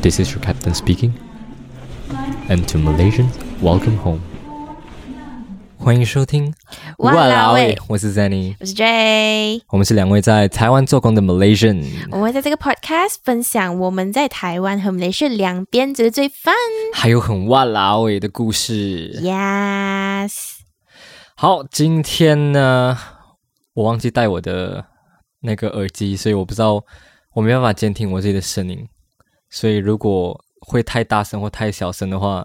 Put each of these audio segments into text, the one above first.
This is your captain speaking. And to Malaysians, welcome home. 欢迎收听哇啦喂，我是 Zanny，我是 J，我们是两位在台湾做工的 Malaysian。我们会在这个 podcast 分享我们在台湾和美式两边觉得最 fun。还有很哇啦喂的故事。 Yes，好，今天呢，我忘记带我的那个耳机，所以我不知道，我没办法监听我自己的声音。所以如果会太大声或太小声的话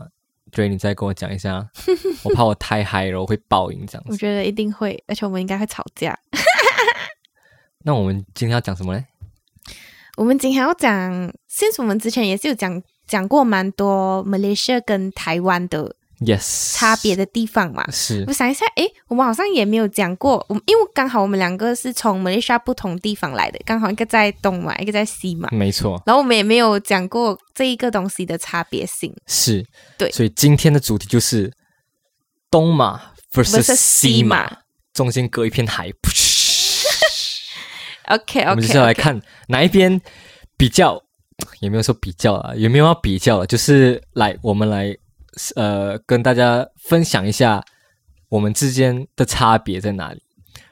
j 你再跟我讲一下，我怕我太嗨了，我会爆音这样我子。觉得一定会，而且我们应该会吵架。那我们今天要讲什么嘞？我们今天要讲，since 我们之前也是有讲讲过蛮多 Malaysia 跟台湾的 Yes，差别的地方嘛。是我想一下，诶，我们好像也没有讲过，我们因为刚好我们两个是从 Malaysia 不同地方来的，刚好一个在东嘛，一个在西嘛，没错，然后我们也没有讲过这一个东西的差别性。是，对所以今天的主题就是东马 versus versus 西西马，马中间隔一片 海。 OK 我 OK，们就是要来看哪一边比较，也没有说比较啊，也没有要比较了，就是来我们来呃跟大家分享一下我们之间的差别在哪里。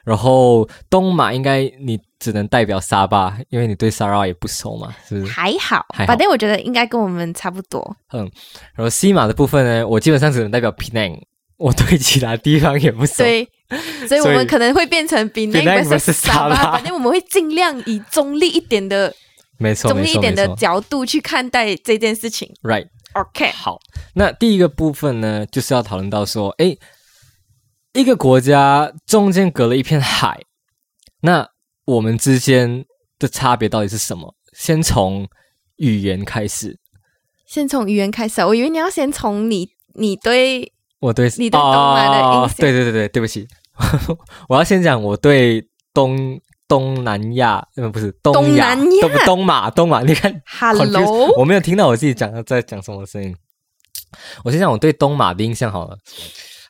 然后东马应该你只能代表沙巴，因为你对沙拉也不熟嘛，是不是？还好还，好反正我觉得应该跟我们差不多。然后西马的部分呢，我基本上只能代表 Penang，我对其他地方也不熟。对，所以我所以们可能会变成比那 Penang 个 versus 沙沙拉巴，反正我们会尽量以中立一点的、没错，中没立一错，没点的错。角度去看待这件事情。 Right， OK，好，那第一个部分呢，就是要讨论到说，诶，一个国家中间隔了一片海，那我们之间的差别到底是什么？先从语言开始，先从语言开始啊，我以为你要先从你你对我对你对东南的印哦象对对对对，对不起，我要先讲我对东东南亚，嗯，不是东东亚，南亚东东马东马，你看 confused， Hello，我没有听到我自己讲的在讲什么声音。我先讲我对东马的印象好了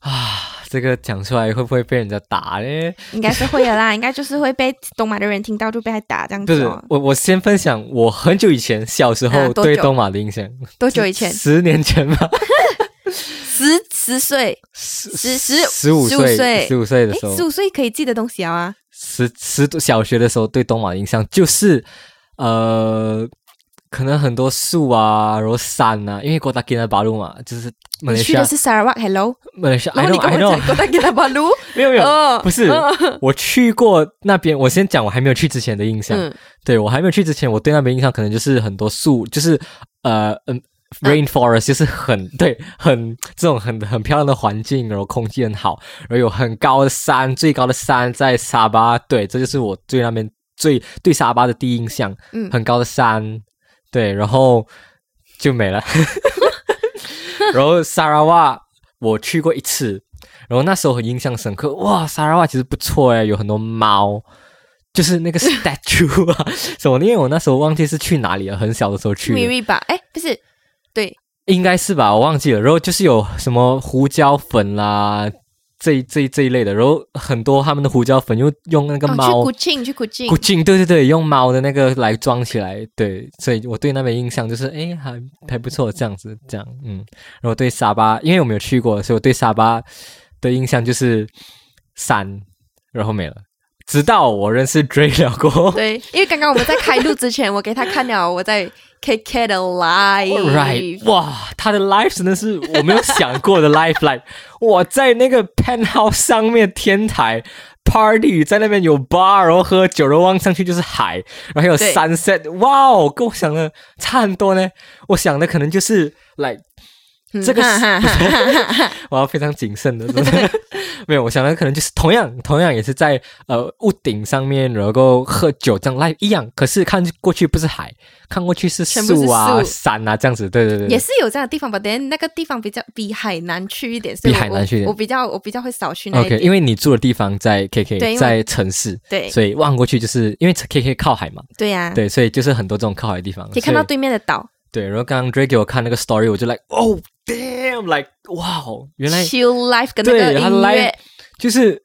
啊，这个讲出来会不会被人家打呢？应该是会的啦，应该就是会被东马的人听到就被他打这样不子是哦。我，我先分享我很久以前小时候啊多久对东马的印象，多久以前？ 十年前吧，十十岁，十十十十五15岁，岁十五岁的诶时候，十五岁可以记的东西啊啊，十十多小学的时候对东马的印象就是，呃，可能很多树啊，然后山啊，因为国大吉那巴路嘛，就是马来你西去亚的，是 Sarawak，Hello，马来西亚然，I know 后你跟 I 我 know，讲过 他给他把路，没有没有，哦不是哦，我去过那边，我先讲我还没有去之前的印象。嗯对我还没有去之前，我对那边印象可能就是很多树，就是呃嗯。Rainforest 就是很对，很这种很很漂亮的环境，然后空气很好，然后有很高的山，最高的山在沙巴，对，这就是我对那边最对沙巴的第一印象，嗯很高的山，对，然后就没了。然后沙拉瓦我去过一次，然后那时候很印象深刻，哇，沙拉瓦其实不错欸诶，有很多猫，就是那个 statue 啊什么的，因为我那时候忘记是去哪里了，很小的时候去的 m i r i 吧，哎，不是，对，应该是吧，我忘记了。然后就是有什么胡椒粉啦，这一这一这一类的，然后很多他们的胡椒粉又用那个哦猫。去古晋，去古晋古， 晋，对对对，用猫的那个来装起来，对，所以我对那边印象就是，哎，还还不错，这样子，这样，嗯，然后对沙巴，因为我没有去过，所以我对沙巴的印象就是山，然后没了，直到我认识 Dray 聊过，对，因为刚刚我们在开录之前，我给他看了我在 KK 的 Right， live，哎哇，他的 life 真的是我没有想过的 life life。我在那个 penthouse 上面天台 party，在那边有 bar，然后喝酒，然后望上去就是海，然后还有对 sunset。哇哦，跟我想的差很多呢。我想的可能就是，like 嗯这个哈哈哈我要非常谨慎的，真 的没有，我想的可能就是同样，同样也是在呃屋顶上面，然后喝酒这样 live 一样，可是看过去不是海，看过去是全部是树啊、树山啊这样子。对 对对对，也是有这样的地方吧，但那个地方比较比海南去一点，所以比海南去一点我我比较我比较会少去那一 OK，点，因为你住的地方在 KK，对因为在城市，对所以望过去就是因为 KK 靠海嘛，对呀，对，所以就是很多这种靠海的地方。可以看到所以对面的岛对，然后刚刚 Dray 给我看那个 story，我就 like oh damn，like 哇哦，原来，chill life 跟那个对他音 live 乐，就是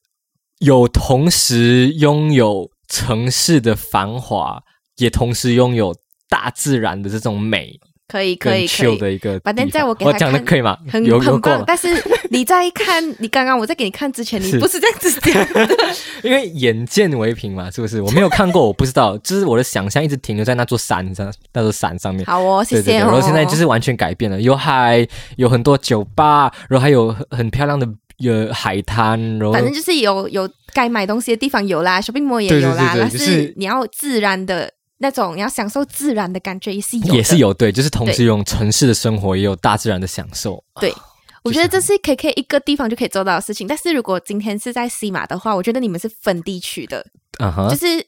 有同时拥有城市的繁华，也同时拥有大自然的这种美，可以可更以可 chill 以，的一个地方。反正在我给他我讲的看可以吗？很有有很过棒吗。但是你在看你刚刚我在给你看之前，你是不是这样子讲， 因为眼见为凭嘛，是不是？我没有看过，我不知道，就是我的想象一直停留在那座山上，那座山上面。好哦，谢对对对，谢然哦。后现在就是完全改变了，有海，有很多酒吧，然后还有很很漂亮的有海滩，然后反正就是有有该买东西的地方有啦，shopping mall 也对对有啦，对对但就是是你要自然的那种，你要享受自然的感觉也是有，也是。有对，就是同时对用城市的生活，也有大自然的享受。我觉得这是 KK 一个地方就可以做到的事情，但是如果今天是在西马的话，我觉得你们是分地区的，嗯就哼，是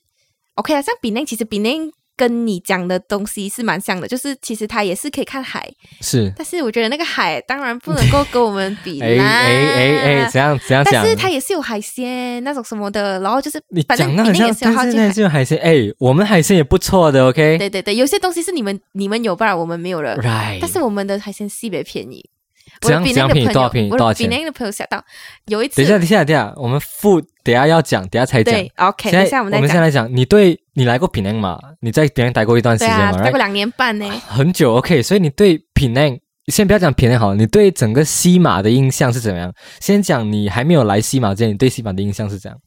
OK 啊，像比内其实比内跟你讲的东西是蛮像的，就是其实它也是可以看海，是，但是我觉得那个海当然不能够跟我们比 啦，哎哎哎哎，怎样怎样讲？但是它也是有海鲜那种什么的，然后就是你反正讲那很比像，内也是有好但是几那海。就海鲜，哎，我们海鲜也不错的，OK。对对对，有些东西是你们你们有，不然我们没有了。 Right，但是我们的海鲜西北便宜，我怎样的比怎那样个便宜朋多友，少便宜我多少的钱比那个朋友吓到，有一次等一下，等一下，等一下，我们付等一下要讲，等一下才讲。对现，OK，等在一下我们再先讲。来讲，你对你来过平安嘛？你在平安待过一段时对间啊，嘛？待过 right？啊两年半呢。很久，OK。所以你对平安，先不要讲平安好了，你对整个西马的印象是怎么样？先讲你还没有来西马之前，你对西马的印象是怎样？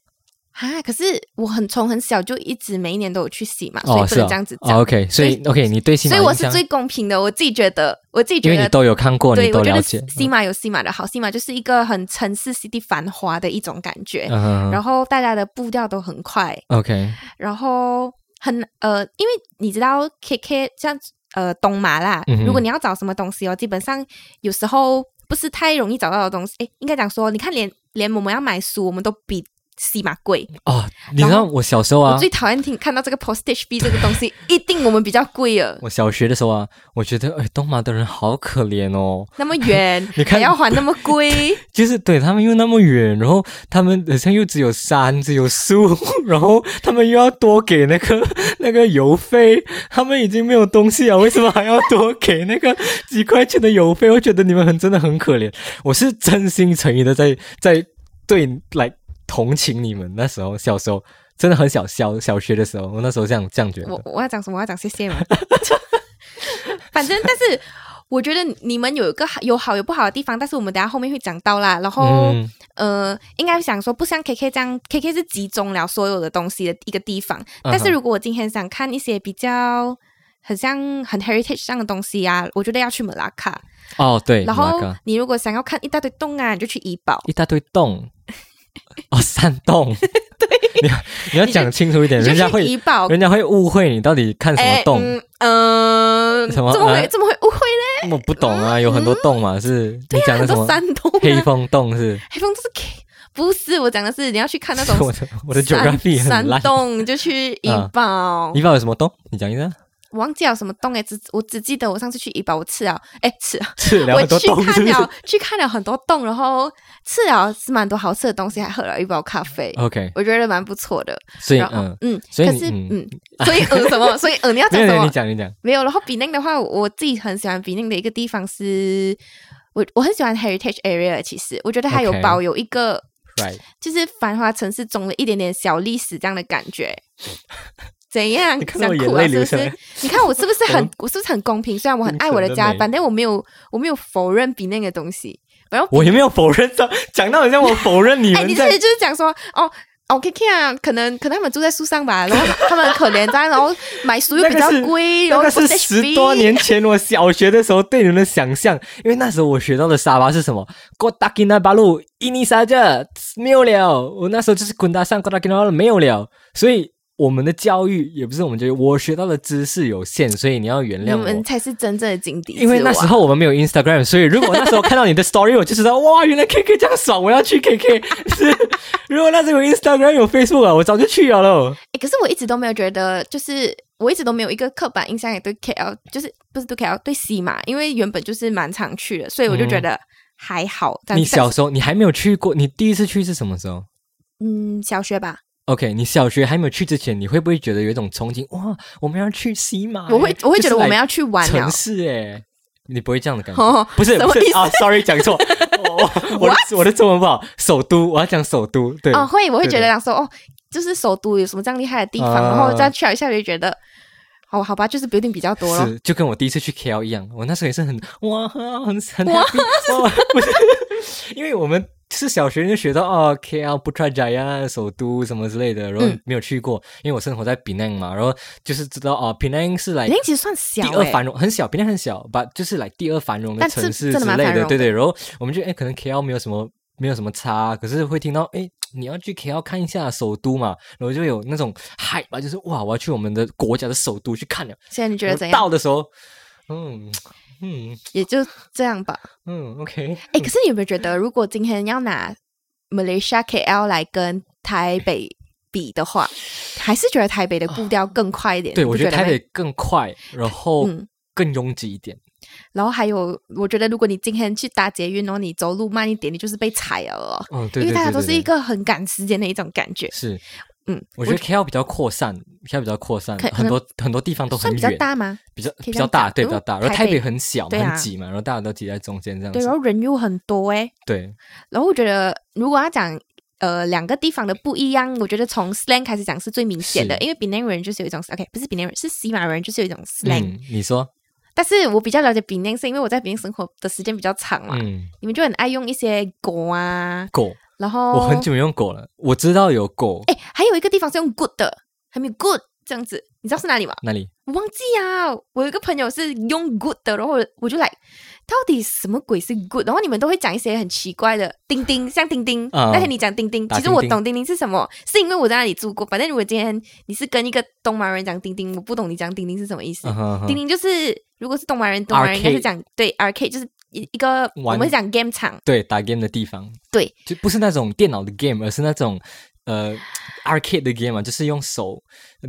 啊，可是我很从很小就一直每一年都有去洗嘛，所哦，以不是能啊这样子讲。哦，OK。所以 OK，你对西马所以的我印是象，最公平的，我自己觉得，我自己因觉为你得。都有看过，你对，都我觉了得解。嗯西马有西马的好，西马就是一个很城市 city 繁华的一种感觉，嗯然后大家的步调都很快， ，OK，然后很呃，因为你知道 KK 像呃东马啦，嗯哼如果你要找什么东西哦，基本上有时候不是太容易找到的东西。诶，应该讲说，你看连连我们要买书，我们都比西马贵。哦，你知然道后我小时候啊我，最讨厌听看到这个 postage fee 这个东西，一定我们比较贵了，我小学的时候啊，我觉得哎，东马的人好可怜哦。那么远你看还要还那么贵，就是对他们又那么远，然后他们好像又只有山，只有树，然后他们又要多给那个 那个邮费，他们已经没有东西啊，为什么还要多给那个几块钱的邮费？我觉得你们很真的很可怜，我是真心诚意的在 在对来同情你们。那时候小时候真的很小小小学的时候，我那时候这样这样觉我得。我要讲什么？我要讲谢谢吗？ 反正，但是我觉得你们有一个好有好有不好的地方，但是我们等一下后面会讲到啦。然后，嗯呃，应该想说，不像 KK 这样，KK 是集中了所有的东西的一个地方。嗯哼但是如果我今天想看一些比较很像很 heritage 上的东西啊，我觉得要去马拉卡。哦，对，然后马嘎你如果想要看一大堆洞啊，你就去怡保。一大堆 洞，哦，山洞。对，你要你要讲清楚一点，你就人家去会怡保，人家会误会你到底看什么哎，洞，嗯，呃什么这么啊会这么会误会嘞？我不懂啊，有很多洞嘛，是你讲的很什么多山洞嗯啊，黑风洞是？黑风就是 K，不是我讲的是你要去看那种我的我的山 geography 很烂啊山。洞，你就去怡保，你不知道有什么洞？你讲一 下。我忘记了什么洞哎，只我只记得我上次去怡保，我吃了，哎吃了，是聊我很多去洞是看不是了去看了很多洞，然后吃了是蛮多好吃的东西，还喝了一包咖啡， ？OK，我觉得蛮不错的。所以然后哦嗯，嗯，所以可你是嗯嗯，所以呃什么？所以呃你要没有讲什没有，么你？讲你讲。没有。然后比宁的话，我自己很喜欢比宁的一个地方是，我我很喜欢 heritage area。其实我觉得它有 OK 保有一个 Right，就是繁华城市中的一点点小历史这样的感 觉。怎样你？看到想我眼哭泪啊？是流不下来是？你看我是不是很我我是不是很公平？虽然我很爱我真的家美，反正我没有我没有否认比那个东西。然后我也没有否认到，讲到好像我否认你哎，你们这在里就是讲说哦。哦，K K 啊，可能可能他们住在树上吧，然后他们很可怜，这样，然后买书又比较贵，那然后个是 postage 十 fee 多 年前我小学的时候对你们的想象，因为那时候我学到的沙巴是什么？过大吉那巴路伊尼沙这没有了，我那时候就是滚达上过大吉那巴路没有了，所以我们的教育也不是我们教育，我学到的知识有限，所以你要原你谅们我。才是真正的井底之蛙。因为那时候我们没有 Instagram，所以如果那时候看到你的 story，我就知道哇，原来 KK 这样爽，我要去 KK。是，如果那时候有 Instagram 有 Facebook 啊，我早就去了咯。诶欸可是我一直都没有觉得，就是我一直都没有一个刻板印象也对 KL，就是不是对 KL 对西马，因为原本就是蛮常去的，所以我就觉得还好。但嗯你小时候你还没有去过，你第一次去是什么时候？嗯小学吧， OK，你小学还没有去之前，你会不会觉得有一种憧憬？哇，我们要去西马欸，我会我会觉得我们要去去玩了城。市哎，你不会这样的感觉？哦不是什不么意是思啊，sorry 讲 错，我我我的我的中文不好，首都我要讲首都，对，哦，会我会对觉得对讲说哦，就是首都有什么这样厉害的地方，啊然后这样去了一下，我就觉得好好吧，就是 building 比较多咯。是就跟我第一次去 KL 一样，我那时候也是很哇很很 happy，哇 不是，因为我们是小学就学到哦 KL 不 a Jaya 首都什么之类的，然后嗯没有去过，因为我生活在 Penang 嘛，然后就是知道哦 Penang 是来北京其实算小、第欸，二繁荣很小，平常很小，把就是来第二繁荣的但是城市之真的蛮类繁荣对的对。然后我们就哎，可能 KL 没有什么没有什么差，可是会听到哎，你要去 KL 看一下首都嘛，然后就有那种嗨吧，就是哇，我要去我们的国家的首都去看了。现在你觉然得后怎样？到的时候，嗯嗯也就这样吧。嗯，OK，哎、可是你有没有觉嗯得，如果今天要拿 Malaysia KL 来跟台北比的话，还是觉得台北的步调更快一点？啊对你不我觉觉得台吗北更快，然后嗯更拥挤一点。然后还有，我觉得如果你今天去搭捷运哦，你走路慢一点，你就是被踩了哦。嗯，对，因为对大家对都对是一对个很赶时间的一种感觉，是，嗯，我觉得 KL 比较扩散，KL 比较扩散可，很多很多地方都很算比较远。大吗？比较可以比这较样大，讲对，如比较果大。然后台台北北很小嘛，对啊很挤嘛，然后大家都挤在中间这样对，然子。后人又很多诶。对，然后我觉得，如果要讲呃两个地方的不一样，我觉得从 slang 开始讲是最明显的，是因为槟城人就是有一种 OK，不是槟城人，是西马人就是有一种 slang，、嗯，你说，但是我比较了解槟城，是因为我在槟城生活的时间比较长嘛，嗯，你们就很爱用一些狗啊，狗，然后我很久没用狗了，我知道有狗，哎，还有一个地方是用 good 的，还没有 good 这样子，你知道是哪里吗？那里我忘记啊，我有一个朋友是用 good 的，然后我我就来，到底什么鬼是 good？然后你们都会讲一些很奇怪的钉钉，像钉钉。啊那天你讲钉钉，打其实钉我钉懂钉钉是什么，是因为我在那里住过。反正如果今天你是跟一个东马人讲钉钉，我不懂你讲钉钉是什么意思。嗯哼钉哼钉就是如果是东马人，东马人应该是 Arcade 讲对 arcade 就是一一个我玩们讲 game 场，对，打 game 的地方，对，就不是那种电脑的 game，而是那种呃 arcade 的 game 嘛，就是用手，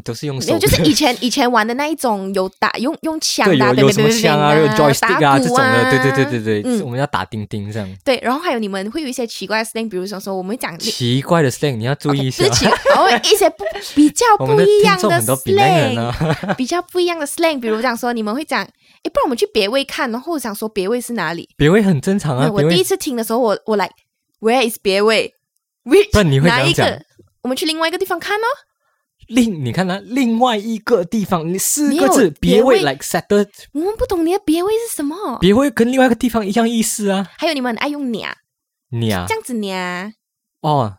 都是用没手有的，就是以前以前玩的那一种有打用用枪对，打，有别有别什么别别枪啊，别有打 joystick 啊鼓这种的，对对对对对，嗯我们要打钉钉这样。对，然后还有你们会有一些奇怪的 slang，比如说说我们 讲奇怪的 slang 你要注 OK，意一下不是，奇怪，偶尔一些不比较 我不们的一听样众很多比奈人 slang，、啊，比较不一样的 slang，比如讲说你们会讲，诶，不然我们去别位看，然后我想说别位是哪里？别位很正常啊，那我别位第一次听的时候，我我来 Where is 别位？Which 不然你会哪怎样一讲个？我们去另外一个地方看哦。另你看它另外一个地方，你四没个有字别别位位，like settle，我们不懂你的别位是什么，别位跟另外一个地方一样意思啊。还有你们很爱用鸟、鸟这样子鸟，哦，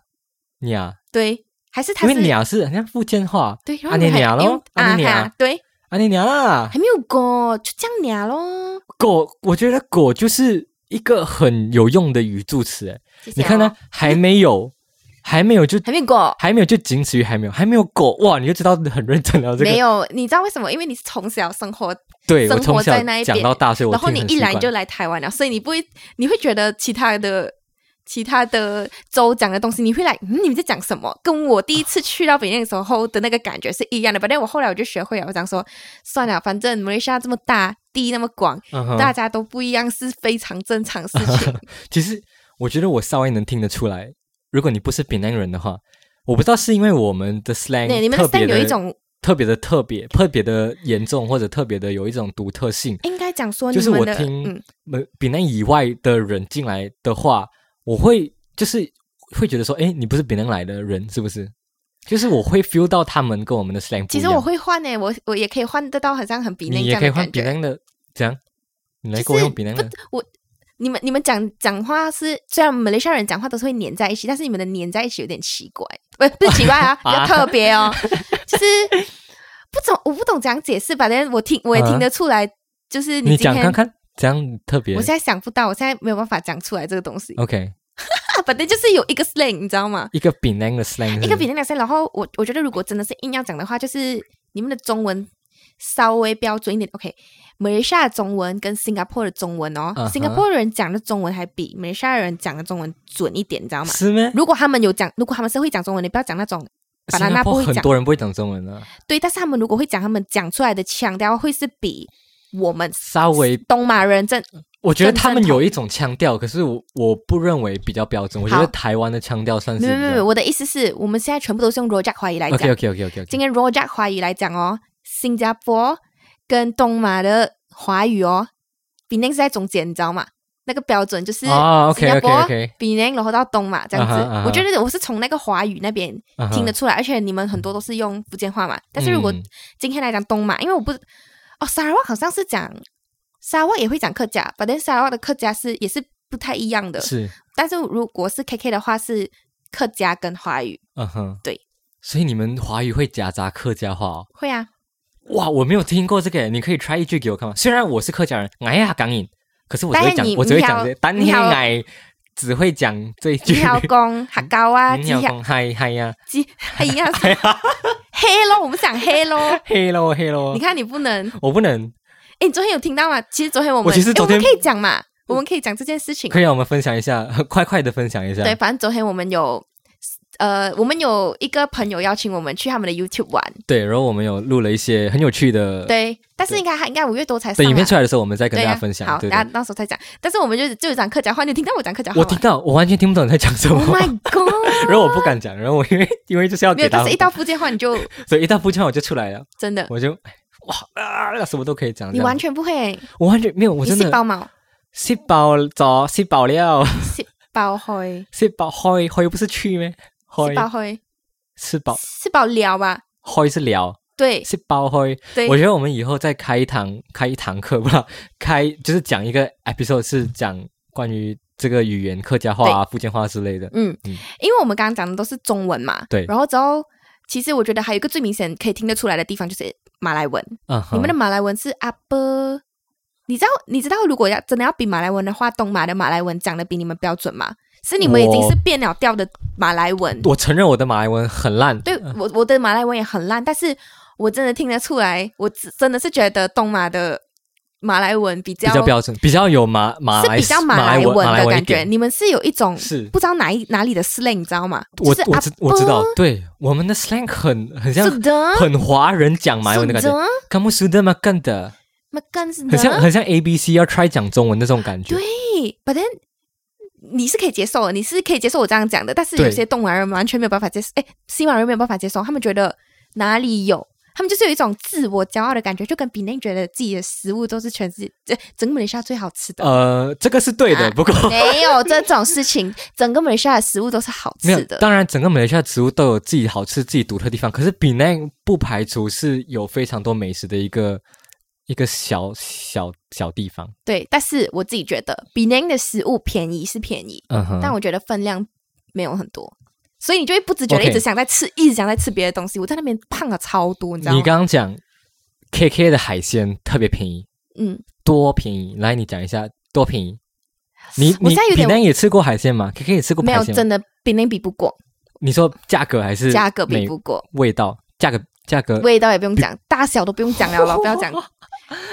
鸟，对，还是因他为是鸟是很像福建话，对，然啊后你你们还鸟咯用啊啊你鸟哈，对，啊你鸟啦。还没有过，就这样鸟咯。狗，我觉得狗就是一个很有用的语助词。哎，就你这样看咯呢，，还没有，还没有就还没有过。还没有就仅此于还没有，还没有狗哇，你就知道很认真了。这没个有，你知道为什么？因为你是从小生活，对我生活从小在那一讲边到大，所以我然后听你得很一习来就惯。来台湾了，所以你不会，你会觉得其他的其他的州讲的东西，你会来，嗯，你们在讲什么？跟我第一次去到北京的时候的那个感觉是一样的。反正我后来我就学会了，我想说，算了，反正马来西亚这么大，地那么广，嗯哼大家都不一样是非常正常的事 情。其实我觉得我稍微能听得出来，如果你不是闽南人的话，我不知道是因为我们的 slang 对，你们哎特的别 slang 的有一种特别的特别特别的严重，或者特别的有一种独特性。应该讲说你就是们我的，听嗯，闽闽南以外的人进来的话，我会就是会觉得说，哎，你不是闽南来的人是不是？就是我会 feel 到他们跟我们的 slang 不其一实样。我会换诶、我我也可以换得到，好像很比那你这也样可以的换闽感觉。南的，怎样？你来就给我是用闽南的，我你们你们讲讲话是虽然马来西亚人讲话都是会粘在一起，但是你们的粘在一起有点奇怪， 不不是奇怪啊，比 啊较特别哦，就是不懂我不懂怎样解释，反正我听我也听得出来，就是啊你今讲天看看，怎样特别我现在想不到，我现在没有办法讲出来这个东西， ？OK，啊反正就是有一个 slang，你知道吗？一个闽南的 slang，一是个不比是那两 slang，然后我我觉得如果真的是硬要讲的话，就是你们的中文稍微标准一点，OK。马来西亚的中文跟新加坡的中文哦嗯哼新加坡人讲的中文还比马来西亚人讲的中文准一点，你知道吗？是吗？如果他们有讲，如果他们是会讲中文，你不要讲那种巴拿新加那不坡会很讲，多人不会讲中文啊的，对。但是他们如果会讲，他们讲出来的腔调会是比我们稍微东马人正我觉得正他们正统有一种腔调，可是我我不认为比较标准，我觉得好台湾的腔调啊算是没有没有没比有。较。我的意思是我们现在全部都是用 Rojak 华语来讲 OK OK OK OK，今天 Rojak 华语来讲哦，新加坡跟东马的华语哦，比那个是在中间，你知道吗？那个标准，就是哦新加，OK，OK，OK 坡、比南然后到东嘛，这样子。啊哈啊哈我觉得我是从那个华语那边啊哈听得出来，而且你们很多都是用福建话嘛。但是如果嗯今天来讲东马，因为我不哦，沙拉瓦好像是讲沙拉瓦也会讲客家，反正沙拉瓦的客家是也是不太一样的。是，但是如果是 KK 的话，是客家跟华语嗯哼，对。所以你们华语会夹杂客家话哦？会 啊。哇，我没有听过这个耶，你可以 try 一句给我看吗？虽然我是客家人，哎呀港影，可是我只但会是讲你，我只会你讲好这，单你天好矮只会讲这一句。你好， 公客家啊，嗯你鸡好鸭公嗨嗨呀， 鸡， 哎呀，黑咯，我们讲黑咯。嘿喽嘿喽你，看你不能，我不能，哎，你昨天有听到吗？其实昨天我我们，其实诶昨我们天嗯可以讲嘛，我们可以讲这件事情。可以让我们分享一下， 快快的分享一下。对，反正昨天我们有，呃，我们有一个朋友邀请我们去他们的 YouTube 玩，对，然后我们有录了一些很有趣的，对，但是应该还应该五月多才上等影啊片出来的时候，我们再跟对大呀家分享。好，对大对家到时候再讲。但是我们就就讲客家话，你有听到我讲客家话吗？我听到，我完全听不懂你在讲什么 Oh，my god！ 然后我不敢讲，然后我因为因为就是要没有，给但他是们一，到福建话 你就所以一到福建我就出来了，真的，我就哎哇啊，什么都可以讲。你这样完全不会，我完全没有，我你真是的包毛，吃饱早吃饱了， 是包灰，吃饱开开不是去咩？是包开灰，吃饱是包聊吧？开是聊，对吃饱开。对我，觉得我们以后再开一堂开一堂课，不知道开就是讲一个 episode 是讲关于这个语言客家话啊、福建话之类的。嗯嗯，因为我们刚刚讲的都是中文嘛，对然后之后，其实我觉得还有一个最明显可以听得出来的地方就是马来文。嗯，你们的的马来文是阿波，你知道你知道如果要真的要比马来文的话，东马的马来文讲的比你们标准吗？是你们已经我是变了调的马来文。我承认我的马来文很烂，对我我的马来文也很烂，但是我真的听得出来，我只真的是觉得东马的马来文比比较较标准，比较有马马是来比较马马来文马来的文一感觉。点你们是有一种是不知道哪一哪里的 slang，你知道吗？我就是我阿知我知道波，对我们的 slang 很很像是的，很华人讲马来文的感是嗯觉，的，干木苏的嘛干的，那更是很像的。很像 A B C 要 try 讲中文那种感觉对。But then 你是可以接受的，你是可以接受我这样讲的，但是有对些东南亚人完全没有办法接受，哎，西马人没有办法接受，他们觉得哪里有，他们就是有一种自我骄傲的感觉，就跟比内觉得自己的食物都是全世界整个马来西亚最好吃的。呃，这个是对的，啊不过没有这种事情，整个马来西亚的食物都是好没有吃，的。当然，整个马来西亚植物都有自己好吃、自己独特的地方。可是比奈不排除是有非常多美食的一个一个小小小地方。对，但是我自己觉得比内的食物便宜是便宜，嗯哼，但我觉得分量没有很多，所以你就会不自觉的 OK 一直想在吃一直想在吃别的东西。我在那边胖了超多，你知道你吗？刚刚讲 KK 的海鲜特别便宜，嗯，多便宜？来，你讲一下多便宜。你我你现在有比点奈也吃过海鲜吗？KK 也吃过没有海鲜吗？真的比内比不过，你说价格还是价格比美不过，味道？价格价格味道也不用讲，大小都不用讲了咯，不要 讲。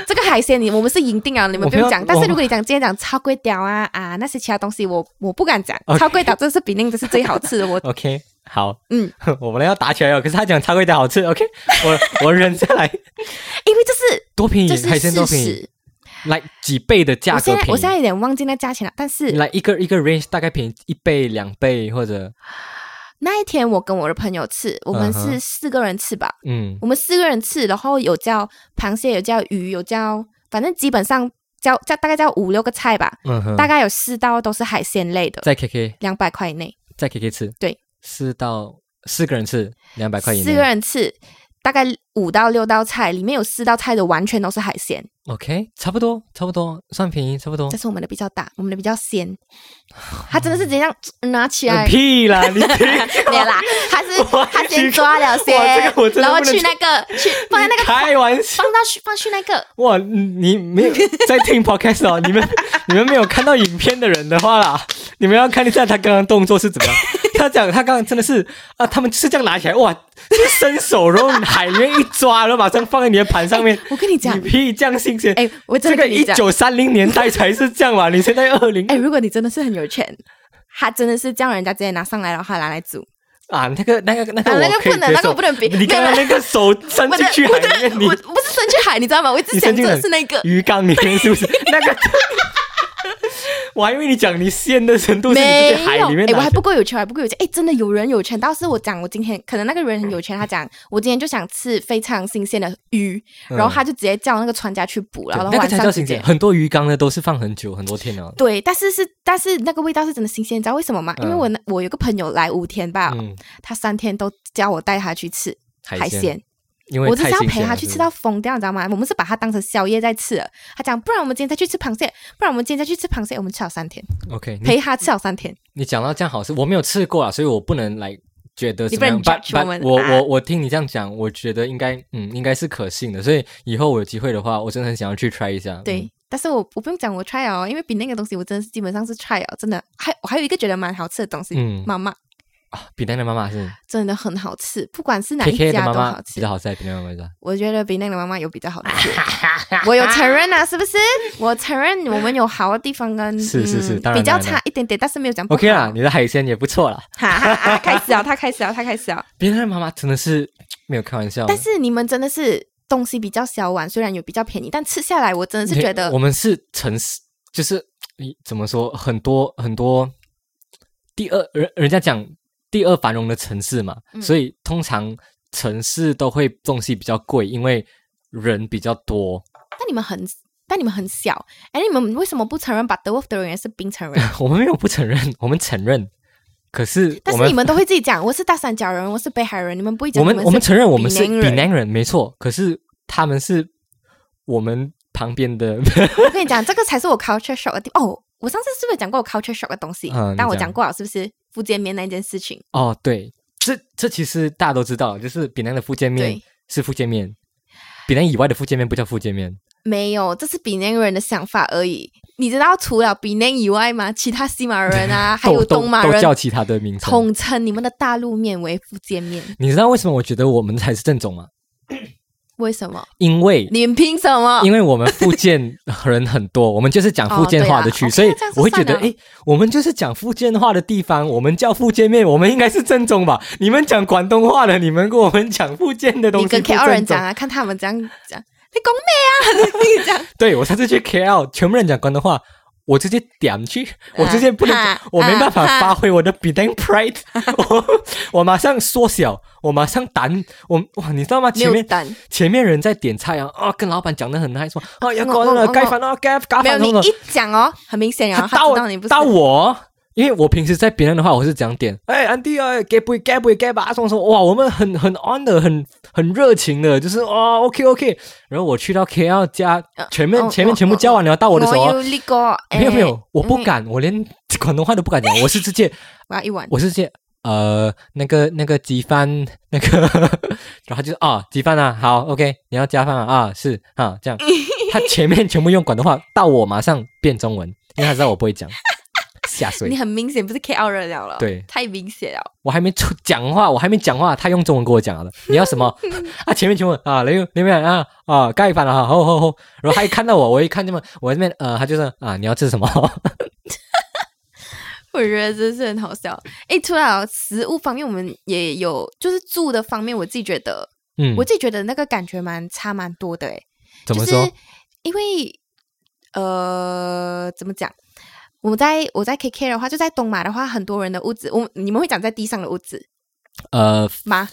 这个海鲜你我们是赢定了，你们我不不用要讲。但我是如果你讲今天讲超贵屌啊啊那些其他东西我，我不敢讲。 OK 超贵屌这是比内这是最好吃的， 我 OK。好，嗯，我们要打起来了。可是他讲超贵的好吃，OK，我我忍下 来。因为这是多便宜这，是海鲜多事便宜。实。来几倍的价我格嗯现在便宜，我现在有点忘记那价钱了，但是来一个一个 range 大概便宜一倍、两倍或者那一天我跟我的朋友吃，我们嗯哼是四个人吃吧，嗯我们四个人吃，然后有叫螃蟹，有叫鱼，有叫，反正基本上叫叫大概叫五六个菜吧，嗯哼，大概有四道都是海鲜类的，在 KK 两百块以内，在 KK 吃对四到四个人吃两百块以内四个人吃，大概五到六道菜，里面有四道菜的完全都是海鲜， OK 差不多差不多算便宜差不多。这。是我们的比较大，我们的比较鲜，它真的是直接这样嗯拿起来屁啦！ 你没有啦，它是 我它先抓了先哇这个我，真的然后不能去那个去放在那个开玩笑放到去放去那个，哇！你没有在听 podcast 哦？你们你们没有看到影片的人的话啦，你们要看一下他刚刚动作是怎么样。他讲他刚刚真的是啊，他们就是这样拿起来哇，伸手然后海里面一抓，然后马上放在你的盘上面。哎我跟你 讲你，屁这样新鲜！哎我真的这个跟你一讲九三零年代才是这样嘛，你现在二零哎、如果你真的是很有钱，他真的是叫人家直接拿上来，然后他拿来煮。啊，那个那个那个啊我那个可以不能接那个受不能比你刚刚那个手伸我进的去我海里的面，我你我不是伸去海，你知道吗？我一直你想伸进着来 是那个，鱼缸里面是不是？那个， 我还以为你讲你陷的程度是没你有，自己海里面诶我还拿不够有钱，我还不够有钱。哎，真的有人有钱，到是我讲，我今天可能那个人很有钱，他讲我今天就想吃非常新鲜的鱼，然后他就直接叫那个船家去捕了，然后嗯那个晚才上叫直新接鲜。。很多鱼缸呢都是放很久很多天了。对，但是是但是那个味道是真的新鲜，你知道为什么吗？因为嗯我那我有个朋友来五天吧，嗯，他三天都叫我带他去吃啊海海，因为我只是太要新鲜陪他了去吃是吧到疯掉，你知道吗？我们是把它当成宵夜在吃的。他讲，不然我们今天再去吃螃蟹，不然我们今天再去吃螃蟹，我们吃了三天， OK 你。嗯陪他吃了三天。你讲到这样好事，我没有吃过啊，所以我不能来觉得你怎么样。不能 judge but- 我们 but 我啊我我听你这样讲，我觉得应该嗯应该是可信的，所以以后我有机会的话，我真的很想要去 try 一下。嗯对，但是我我不用讲我 try 了哦，因为比那个东西我真的是基本上是 try 了，真的。还我还有一个觉得蛮好吃的东西，嗯妈妈啊，比那的妈妈是真的很好吃，不管是哪一 K K 的妈家都妈好比吃。较好吃，比那妈妈比较好我觉得比那个妈妈有比较好 吃，我有承认啊，是不是？我承认我们有好的地方跟嗯是是是当然比较当然差一点点，但是没有讲不好 OK 啦，你的海鲜也不错啦。哈哈哈，开始哦了，他开始了，他开始了。比那的妈妈真的是没有开玩笑，但是你们真的是东西比较小碗，虽然有比较便宜，但吃下来我真的是你觉得我们是城市，就是你怎么说，很多很多第二人人家讲第二繁荣的城市嘛，嗯所以通常城市都会东西比较贵，因为人比较多。 但你们很，但你们很小，哎，你们为什么不承认把德沃夫的人员是冰城人？我们没有不承认，我们承认，可是但我是你们们都会自己讲，我是大三角人，我是北海人，你们不会讲我们我们承认我们是比比南人。南人没错，可是他们是我们旁边的，我跟你讲，这个才是我 culture shock 的地哦。我上次是不是讲过我 culture shock 的东西？嗯你但我讲讲过了，是不是？福建面那件事情，哦，对，这这其实大家都知道，就是比南的福建面对是福建面，比南以外的福建面不叫福建面。没有，这是比内人的想法而已。你知道除了比内以外吗？其他西马人 啊，还有都都东马都人叫其他的名称。统称你们的大陆面为福建面，你知道为什么我觉得我们才是正宗吗？为什么？因为你们凭什么？因为我们福建人很多，我们就是讲福建话的区，哦对啊所以 OK，这样就我会觉得，算了哎，我们就是讲福建话的地方，我们叫福建面，我们应该是正宗吧？你们讲广东话的，你们跟我们讲福建的东西，你跟不正 K 二人宗讲啊，看他们这样讲，你讲咩啊？ 你讲对我上次 去 KL，全部人讲广东话，我直接点去，我直接不能，啊我没办法啊发挥我的 b e n a n pride，我 我马上缩小，我马上胆，我哇，你知道吗？没前有面蛋，前面人在点菜啊，啊，跟老板讲的很嗨，说啊要我关我了，我盖饭啊，盖盖没有饭你什么的，一讲哦，很明显啊，他到知道你不是到我。因为我平时在别人的话，我是讲点，哎，安迪啊，给不给不给吧，说说哇，我们很很 on 的，很很热情的，就是哦，OK OK。然后我去到 KL 家，前面哦前面哦全部教完了，到我的时候啊我有那个没有没，哎有，我不敢，我连广东话都不敢讲，我是直接，我要一碗。我是直接，呃，那个那个鸡饭，那个，然后他就啊，鸡饭啊，好，OK，你要加饭啊，啊是啊，这样，他前面全部用广东话，到我马上变中文，因为他知道我不会讲，吓你碎，很明显不是 K 二人了了，对太明显了。我还没出讲话，我还没讲话，他用中文跟我讲了，你要什 么啊？前面全部啊，雷那边啊啊，盖饭了哈，吼吼吼，然后他一看到我，我一看这么，我这边呃，他就是啊，你要吃什么？我觉得真是很好笑。哎，除了食物方面，我们也有就是住的方面，我自己觉得，嗯我，自己觉得那个感觉蛮差蛮多的。哎，怎么就说是？因为呃，怎么讲？我们在我在 KK 的话，就在东马的话，很多人的屋子，我你们会讲在地上的屋子呃吗？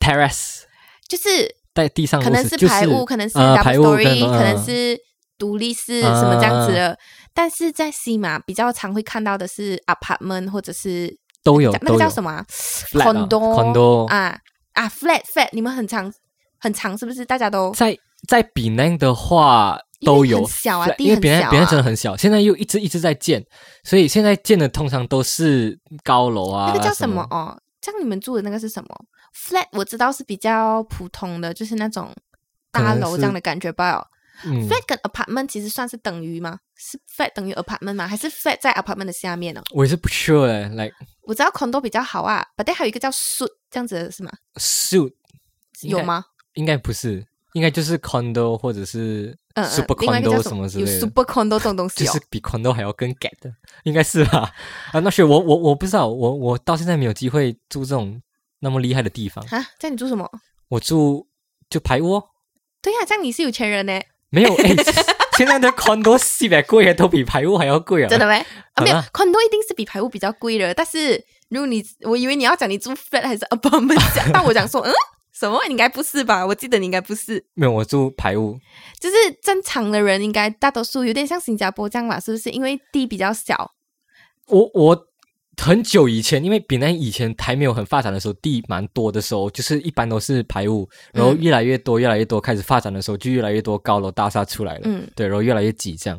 ，terrace 就是在地上屋可子，能是就排屋，可能是呃啊排 double 屋可能嗯 story，、可能是独立式什么这样子的。但是在西马比较常会看到的是 apartment 或者是都有那个叫什么么、啊、 Flat 啊 condo 啊啊 flat flat，你们很常很常是不是？大家都在在比南的话都因为有很。小啊， flat，地因为很比小、南啊，比南真的很小，现在又一直一直在建，所以现在建的通常都是高楼啊。那个叫什什么？哦？像你们住的那个是什么？flat 我知道是比较普通的，就是那种大楼这样的感觉吧、哦。嗯， flat 跟 apartment 其实算是等于吗？是 flat 等于 apartment 吗？还是 flat 在 apartment 的下面呢、哦？我也是不 sure 哎，like 我知道 condo 比较好啊，but 但还有一个叫 suit 这样子的是吗？ suit 应该有吗？应该不是，应该就是 condo 或者是嗯 super 嗯，另外一个 condo 叫什么么之有类的。 super condo 这种东西就哦是。比 condo 还要更 get 的，应该是吧？啊，那是我我我不知道，我我到现在没有机会住这种那么厉害的地方。啊，这样你住什么？我住就排屋哦，对呀、这样你是有钱人呢。没有，哎，现在的 condo 西北贵啊，都比排屋还要贵啊！ 真的没啊？没有好啦，condo 一定是比排屋比较贵的。但是如果你，我以为你要讲你住 flat 还是 apartment，但 我讲说，嗯，什么？你应该不是吧？我记得你应该不是，没有，我住排屋，就是正常的人应该大多数有点像新加坡这样吧？是不是？因为地比较小，我我很久以前，因为比南以前还没有很发展的时候，地蛮多的时候，就是一般都是排屋，然后嗯越来越多，越来越多，开始发展的时候，就越来越多高楼大厦出来了，嗯对，然后越来越挤，这样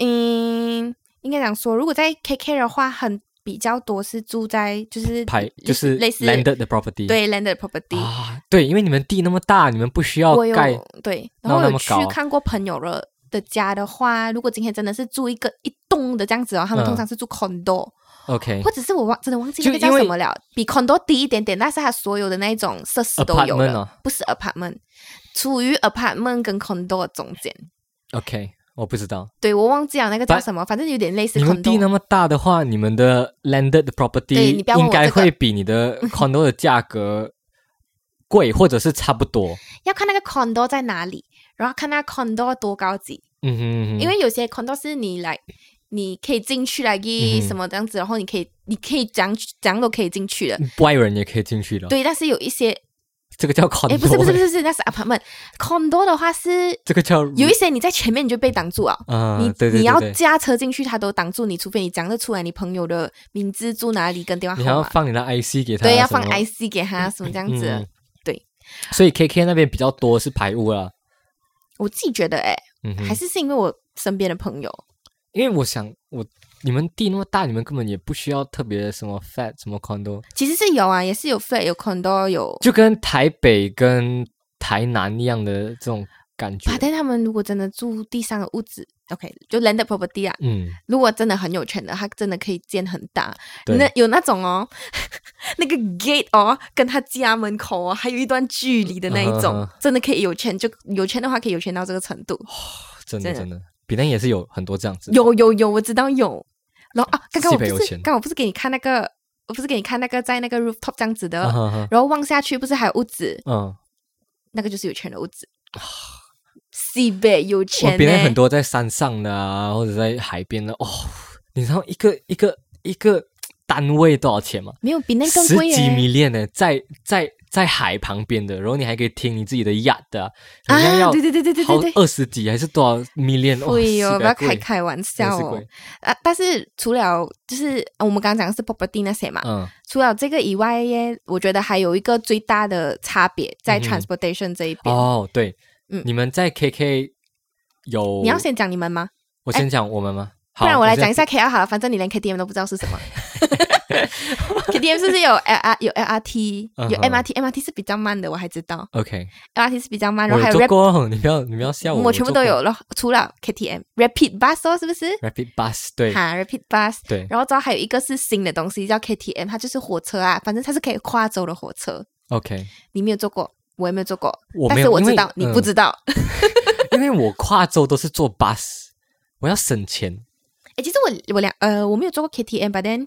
嗯，应该讲说，如果在 KK 的话，很比较多是住在就是排就是类似 landed 的 property，对 landed property，、啊，对，因为你们地那么大，你们不需要我有哦盖，对，然然后后那有么去高看过朋友了的家的话，如果今天真的是住一个一栋的这样子哦，他们嗯通常是住 condo，、 OK 或者是我忘真的忘记就那个叫因为什么了，比 condo 低一点点，但是它所有的那一种设施都有 Apartment 了，哦不是 apartment，处于 apartment 跟 condo 中间。 OK，我不知道。对，我忘记了那个叫 But- 什么，反正有点类似你们地 condo。那么大的话，你们的 landed 的对 property 你不要问应我这个该会比你的 condo 的价格贵，或者是差不多。要看那个 condo 在哪里，然后看那 condo 多高级，嗯哼嗯哼，因为有些 condo 是你来，你可以进去来嗯一哼什么这样子，然后你可以你可以讲讲都可以进去的。外人也可以进去了。，对，但是有一些，这个叫 condo，哎，不是不是欸不是不是，那是 apartment。condo 的话是这个叫有一些你在前面你就被挡住啊，嗯啊，你对对对你要对驾车进去，他都挡住你，除非你讲得出来你朋友的名字住哪里跟电话你还要号码。放你的 IC 给他，对，要什么放 IC 给他什么这样子。嗯对，所以 KK 那边比较多是排屋啦。我自己觉得、诶，嗯哎，哼还，是是因为我身边的朋友，因为我想我。你们地那么大，你们根本也不需要特别什么 flat 什么 condo，其实是有啊，也是有 flat 有 condo 有，就跟台北跟台南一样的这种感觉啊。但他们如果真的住地上的屋子，OK，就 landed property 啊，嗯，如果真的很有钱的，他真的可以建很大。对那有那种哦， 那个 gate 哦，跟他家门口哦，还有一段距离的那一种，嗯哼真的可以有钱，就有钱的话可以有钱到这个程度。真的真真的，比南也是有很多这样子。有有有，我知道有。然后啊，刚刚西我不北有是钱刚刚我不是给你看那个，我不是给你看那个在那个 rooftop 这样子的，嗯哼哼然后望下去不是还有屋子，嗯，那个就是有钱的屋子。啊西北有我钱、别人欸，很多在山上的啊，或者在海边的哦，你知道一个一个一个单位多少钱吗？没有比那更十贵耶、几米链呢，在在在海旁边的，然后你还可以听你自己的压的、啊，啊好像要对对对对对对对好二十几还是多少米链？哦，会哟、西不北要贵开开玩笑真的是哦贵。啊，但是除了就是呃我们刚刚讲的是 property 那些嘛，嗯除了这个以外耶，我觉得还有一个最大的差别在嗯 transportation 这一边。哦对，嗯你们在 KK 有你要先讲你们吗？我先讲我们吗？好不然我来讲一先下 KL 好了，反正你连 KTM 都不知道是 什么。KTM 是不是有 L R 有 L R T 嗯哼有 M R T？M R T 是比较慢的，我还知道 OK， L R T 是比较慢，然我后还有做有 Rap，嗯过，哦你不要你不要笑我，我全部做都过有了，除了 KTM Rapid Bus 哦，是不是？ Rapid Bus 对哈，Rapid Bus，对然后之后还有一个是新的东西叫 KTM，它就是火车啊，反正它是可以跨州的火车。 ，OK，你没有坐过，我也没有坐过，我但没是有我因知为道你不嗯知道。 哎、因为我跨州都是坐 bus，我要省钱。其实我我两呃我没有坐过 KTM，but then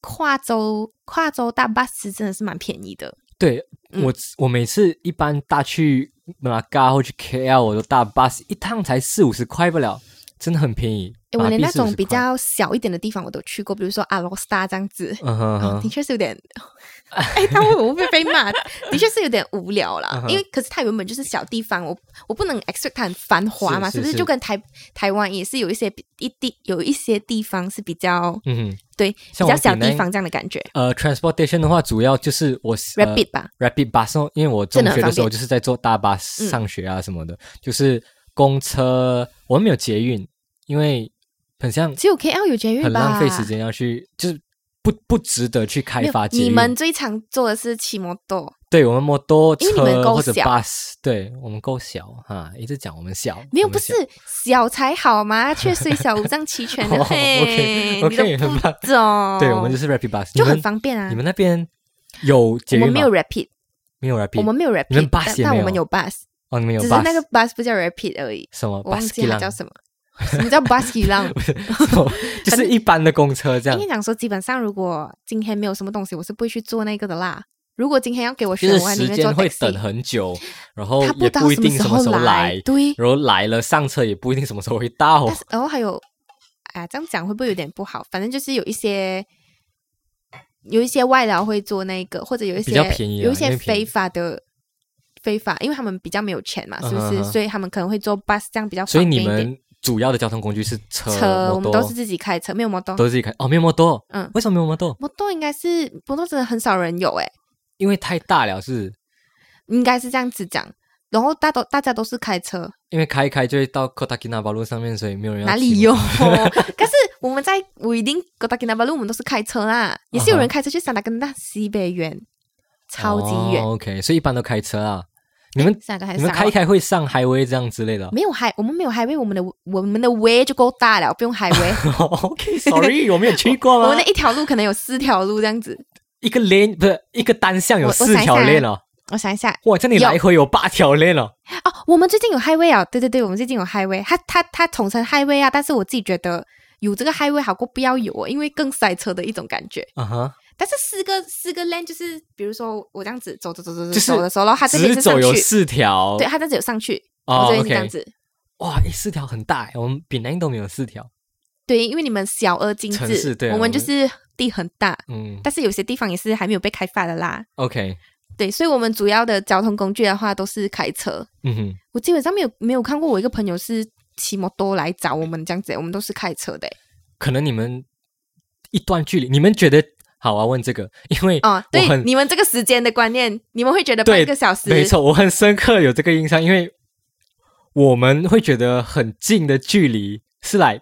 跨州跨州大巴士真的是蛮便宜的。对、嗯我，我每次一般搭去马拉嘎或去 KL，我都搭 bus，一趟才四五十块不了，真的很便宜。哎，我马连币那40-50种比块，较小一点的地方我都去过，比如说阿罗斯达这样子。嗯哼啊， 的哼，确是有点，哎，他会不会被骂？ 的确是有点无聊嗯啦，哼因为可是它原本就是小地方，我我不能 expect 它很繁华嘛，是是是不是？是就跟台台湾也是有一些比一地有一些地方是比较嗯哼，对比像较我小比那地方这样的感觉呃，transportation 的话，主要就是我、呃、 ，rapid 吧， Rapid Bus，哦因为我中真的很学的时方候便就是在坐大巴嗯上学啊什么的，就是公车，我们没有捷运，因为很像只有 KL 有捷运很吧，浪费时间要去，就是不不值得去没开有。发捷运。你们最常做的是骑摩托，对我们摩托因为你们车够或者小 bus，对我们够小哈，一直讲我们小，没有我不们是小小才好 嘛，却虽小五脏齐全的，哦嘿，你都 OK，OK，很不棒懂，对我们就是 Rapid Bus，你就很们方便啊你。们那边有捷我运们吗？没有 rapid，没有我 Rapid，们没有你们 rapid， bus 但也但没我们有有 bus。哦，你们有哦只 bus，是那个 bus 不叫 rapid 而已，什么我忘记 bus 它叫什么，什么叫 bus 一 浪？么，就是一般的公车这样应该。讲说，基本上如果今天没有什么东西，我是不会去做那个的啦。如果今天要给我就选，是我还宁时愿坐间会 taxi 等。很久，然后他也知道一定什么时候来，对，然后来了上车也不一定什么时候会到但。是然后还有，啊，这样讲会不会有点不好？反正就是有一些有一些外劳会做那个，或者有一些比较便宜啊有一因些为便宜非法的非法，因为他们比较没有钱嘛，是不是？嗯哼哼所以他们可能会做 bus，这样比较所以方便你一点们主要的交通工具是车、哦车我摩们托都是自己开车，没有摩托。都是自己开哦，没有摩托。嗯为什么没有摩托？摩托应该是摩托，真的很少人有诶、因为太大了，是应该是这样子讲。然后大都大家都是开车，因为开一开就会到 Kota Kinabalu 上面，所以没有人要哪骑里摩有？ 可是我们在我一定 g o d a k i n a b a l u 我们都是开车啦，也是有啊人开车去三达根大西北远，超级远。哎哦 OK，所以一般都开车啊。你们三个还你是们三开一个？开会上 highway 这样之类的没有海，我们没有海威，我们的我们的 way 就够大了，不 用海威。 ？OK，sorry，我没有去过嗯我吗们那？一条路可能有四条路这样子。一个 lane 不是一个单向有我四条我想一 lane 下哦，我想一下，哇，这里有来回有八条 lane 哦。哦，我们最近有 highway 啊，对对对，我们最近有 highway，它它它统称 highway 啊，但是我自己觉得有这个 highway 好过不要有哦，因为更塞车的一种感觉。啊哈，但是四个四个 lane 就是，比如说我这样子走走走走走就是走的时候，然后它这边直是上走有去，四条，对，它这样子有上去，我哦这边是这样，OK，子。哇，诶四条很大诶，我们比南都没有四条，对，因为你们小而精城市致，对啊我们就我是地很大，嗯但是有些地方也是还没有被开发的啦。 ，OK，对，所以我们主要的交通工具的话都是开车。嗯哼，我基本上没有没有看过我一个朋友是骑摩托来找我们这样子，我们都是开车的。欸可能你们一段距离，你们觉得好啊？问这个， 因为哦，我对，很你们这个时间的观念，你们会觉得对半个小时，没错，我很深刻有这个印象，因为我们会觉得很近的距离是来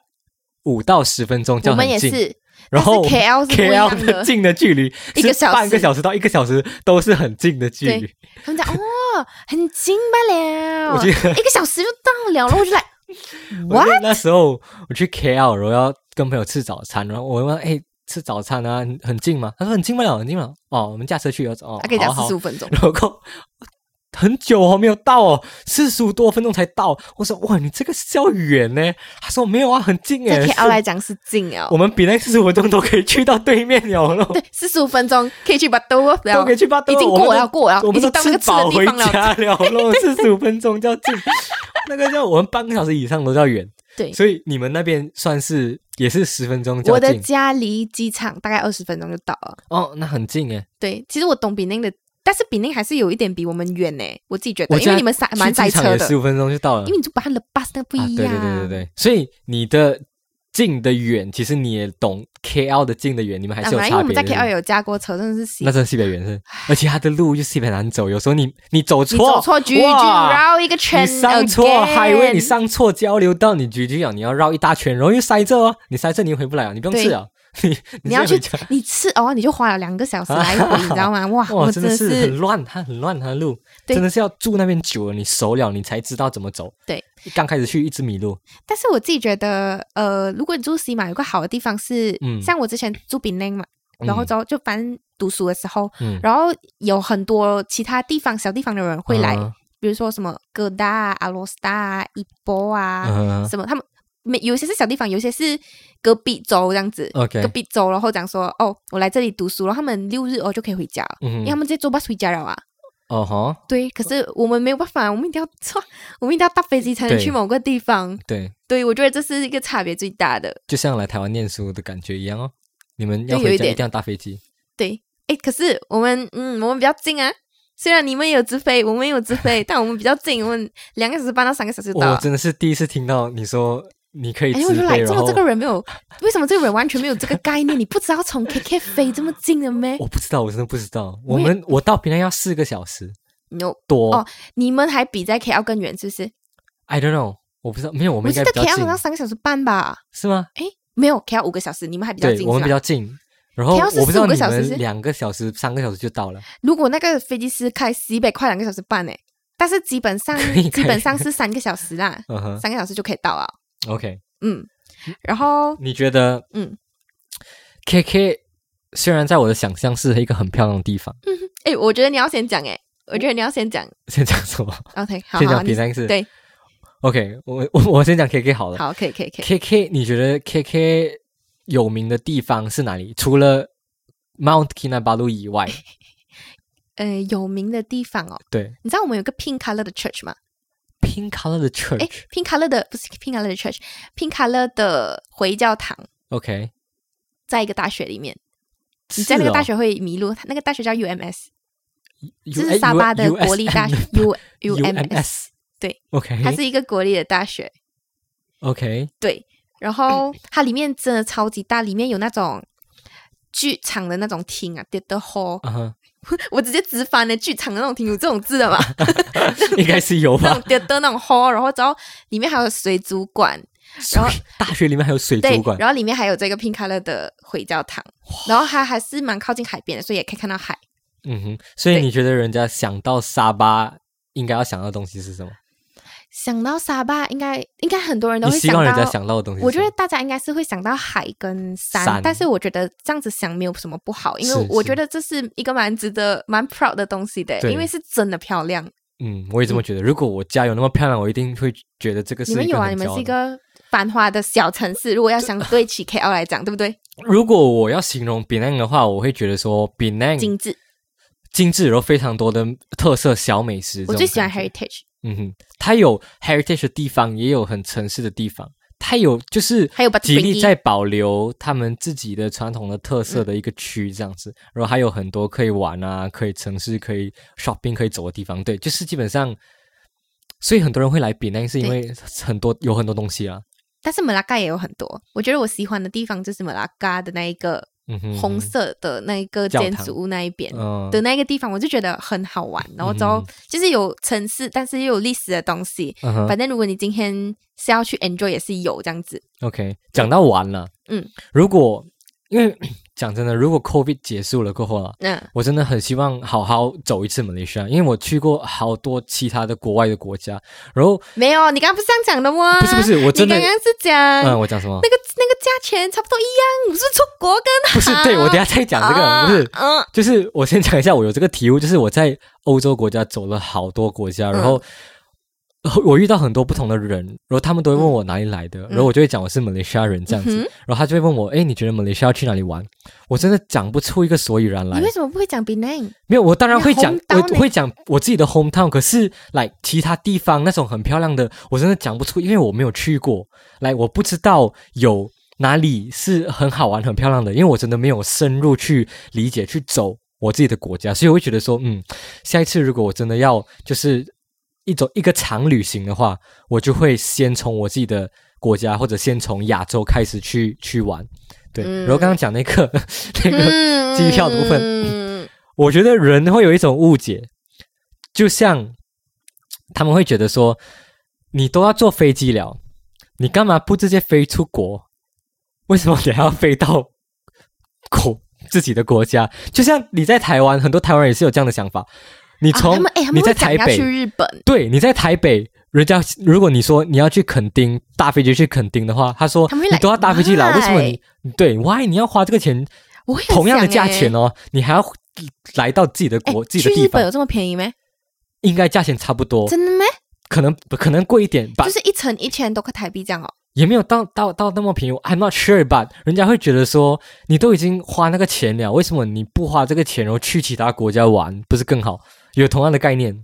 五到十分钟我叫们很也近，是然后但是 KL 是不一 KL 样的的近的距离一个是小时半个小时到一个小时都是很近的距离对，他们讲 哦，很近罢了，我记得，一个小时就到了，然后我就来 我哇记，得那时候我去 KL，然后要跟朋友吃早餐，然后我问哎吃早餐啊很很近吗？他说很近不了，很近不了。哦，我们驾车去了。哦，他可以讲好四啊十五分钟，好啊 然后很久哦没有到哦，四十五多分钟才到。我说哇，你这个是要远呢？他说没有啊，很近在哎。 KL 来是讲是近哦了我，们比那四十五分钟都可以去到对面了，然后对，四十五分钟可以去把兜了，都可以去巴已经过了，过了，我已们经都到那吃个吃饱的回地方了。家了，然 后四十五分钟就要进，那个叫我们半个小时以上都叫远。对所以你们那边算是也是十分钟较我的近家离机场大概二十分钟就到了。哦，那很近诶。对，其实我懂比内的，但是比内还是有一点比我们远呢。我自己觉我得，因为你们塞蛮塞车的十，五分钟就到了。因为你就把它的 bus 那不啊，一对对样。对对对，所以你的近的远，其实你也懂 KL 的近的远，你们还是当有然，差别因为的。啊我们在对不 KL 对有加过车，真的是死。那真的西北远是，而且它的路又西北难走，有时候你你走错，你走错局，哇就绕一个圈你上错 again highway，你上错交流道，你局局了，你要绕一大圈，然后又塞这哦，你塞这你又回不来了，你不用对吃了， 你你要直去接回家你吃哦，你就花了两个小时来 回，你知道吗？哇，哇， 我真的是很是乱，它很乱，它的路对真的是要住那边久了，你熟了，你才知道怎么走。对，刚开始去一直迷路，但是我自己觉得，呃，如果你住西马，有个好的地方是，嗯像我之前住槟城嘛，然后之后就反正读书的时候，嗯然后有很多其他地方小地方的人会来，嗯比如说什么哥大啊、阿罗斯达啊、伊波啊，嗯什么他们没有些是小地方，有些是隔壁州这样子。嗯，OK，隔壁州，然后讲说哦，我来这里读书，然后他们六日哦就可以回家，嗯因为他哼，们直接坐 bus 回家了啊。哦吼，对，可是我们没有办法，我们一定要坐，我们一定要搭飞机才能对去某个地方。对，对，我觉得这是一个差别最大的。就像来台湾念书的感觉一样哦。你们对要有一回家点一定要搭飞机，对，哎，可是我们，嗯，我们比较近啊。虽然你们也有直飞，我们也有直飞，但我们比较近，我们两个小时半到三个小时就到我了。真的是第一次听到你说你可以哎，直我就飞，来，然这么后这个人没有，为什么这个人完全没有这个概念？你不知道从 KK 飞这么近的咩？我不知道，我真的不知道。我我也们我到平安要四个小时 no，多、哦你们还比在 KL 更远是不是？ i don't know，我不知道，没有，我我们应记该得比较 KL 好像近，三个小时半吧？是吗？哎，没有，KL 五个小时，你们还比较对，近我是们比吧？较近。然后平安是我不知道四五个你小时是们两个小时、三个小时就到了，如果那个飞机是开西北，快两个小时半呢，但是基本上 可以基可以本上是三个小时啦，嗯哼三个小时就可以到了。啊，OK。嗯，然后你觉得，嗯，KK 虽然在我的想象是一个很漂亮的地方，哎、我觉得你要先讲哎、我觉得你要先讲。先讲什么？ OK，好嗯先好，讲你平安是对， OK，我我我先讲 KK 好了。好，可以，可以，可以。 K K，你觉得 K K 有名的地方是哪里？除了 Mount Kinabalu 以外，呃有名的地方哦。对你知道我们有个 pink color 的 church 吗？ ，pink color 的诶 church。 p i n k color 的不是 pink color 的 church，pink color 的回教堂 OK，在一个大学里面，你是在那个哦大学会迷路。它那个大学叫 UMS， U- 这哎是沙 U- 巴的 USM 国 立大学 U UMS， UMS 对，OK，它是一个国立的大学。 OK，对，然嗯后它里面真的超级大，里面有那种剧场的那种厅啊，theater hall，啊 哈，我直接直翻了剧场的那种厅，有这种字 的吗？应该是有那吧种。theater 那种 hall，然后之后里面还有水族馆，然所后以大学里面还有水对族，馆，然后里面还有这个 pink color 的回教堂，然后它还是蛮靠近海边的，所以也可以看到海。嗯哼。所以对你觉得人家想到沙巴，应该要想到的东西是什么？想到沙巴，应该应该很多人都你会希想望人到家。想到的东西是什么？我觉得大家应该是会想到海跟山，山但是我觉得这样子想没有什么不好，因为是我是觉得这是一个蛮值得、蛮 proud 的东西的，对因为是真的漂亮。嗯，我也这么觉得。如果我家有那么漂亮，我一定会觉得这个是你们一有个啊？很你们骄傲是一的个繁华的小城市，如果要相对起 KL 来讲，对不对？如果我要形容 Penang 的话，我会觉得说 Penang 精致，精致，然后非常多的特色小美食。我最喜欢这种感觉 heritage，嗯哼，它有 heritage 的地方，也有很城市的地方。它有就是还有 Batu 极力 Tinggi 在保留他们自己的传统的特嗯色的一个区这样子，然后还有很多可以玩啊，可以城市可以 shopping 可以走的地方。对，就是基本上，所以很多人会来 Penang 是因为很多有很多东西啊。但是马拉嘎也有很多。我觉得我喜欢的地方就是马拉嘎的那一个嗯哼，红色的那一个教建堂筑物那一边。嗯的那个地方，我就觉得很好玩，然后之后就是有城市，但是又有历史的东西。嗯哼反正如果你今天是要去 enjoy，也是有这样子。 OK，讲到完了，嗯，如果因为 讲真的，如果 COVID 结束了过后啊，嗯我真的很希望好好走一次马来西亚，因为我去过好多其他的国外的国家，然后没有，你刚刚不是这样讲的吗？不是不，是，我真你的刚，刚是讲、嗯，我讲什么哎那？个那个价钱差不多一样，我是出国跟不是，对我等一下再讲这个，不是，嗯就是我先讲一下，我有这个体悟，就是我在欧洲国家走了好多国家，然嗯后我遇到很多不同的人，然后他们都会问我哪里来的，然后我就会讲我是马来西亚人这样子，嗯嗯哼然后他就会问我，哎，你觉得马来西亚要去哪里玩？我真的讲不出一个所以然来你为。什么不会讲 Penang？没有，我当然会讲你，的我 hometown 呢我会讲我自己的 hometown，可是来其他地方那种很漂亮的，我真的讲不出，因为我没有去过，来我不知道有哪里是很好玩、很漂亮的，因为我真的没有深入去理解、去走我自己的国家，所以我会觉得说，嗯，下一次如果我真的要就是一种一个长旅行的话，我就会先从我自己的国家或者先从亚洲开始去去玩，对，嗯然后刚刚讲那个 那个。嗯 机票的部分嗯我觉得人会有一种误解，就像他们会觉得说，你都要坐飞机了，你干嘛不直接飞出国？为什么你还要飞到国自己的国家？就像你在台湾，很多台湾人也是有这样的想法。你啊、从、他们哎、他你们在会讲台要北去，日本，对，你在台北，人家如果你说你要去垦丁，搭飞机去垦丁的话，他说他们会你 like，都要搭飞机了，为什么 why？你对？Why 你要花这个钱我会很同样的想价哎钱哦，你还要来到自己的哎国、自己的去地日本有方，这么便宜吗？应该价钱差不多，真的吗？可能可能贵一点吧，就是一层一千多块台币这样哦。也没有到到到那么便宜。I'm not sure but 人家会觉得说，你都已经花那个钱了，为什么你不花这个钱，然后去其他国家玩，不是更好？有同样的概念，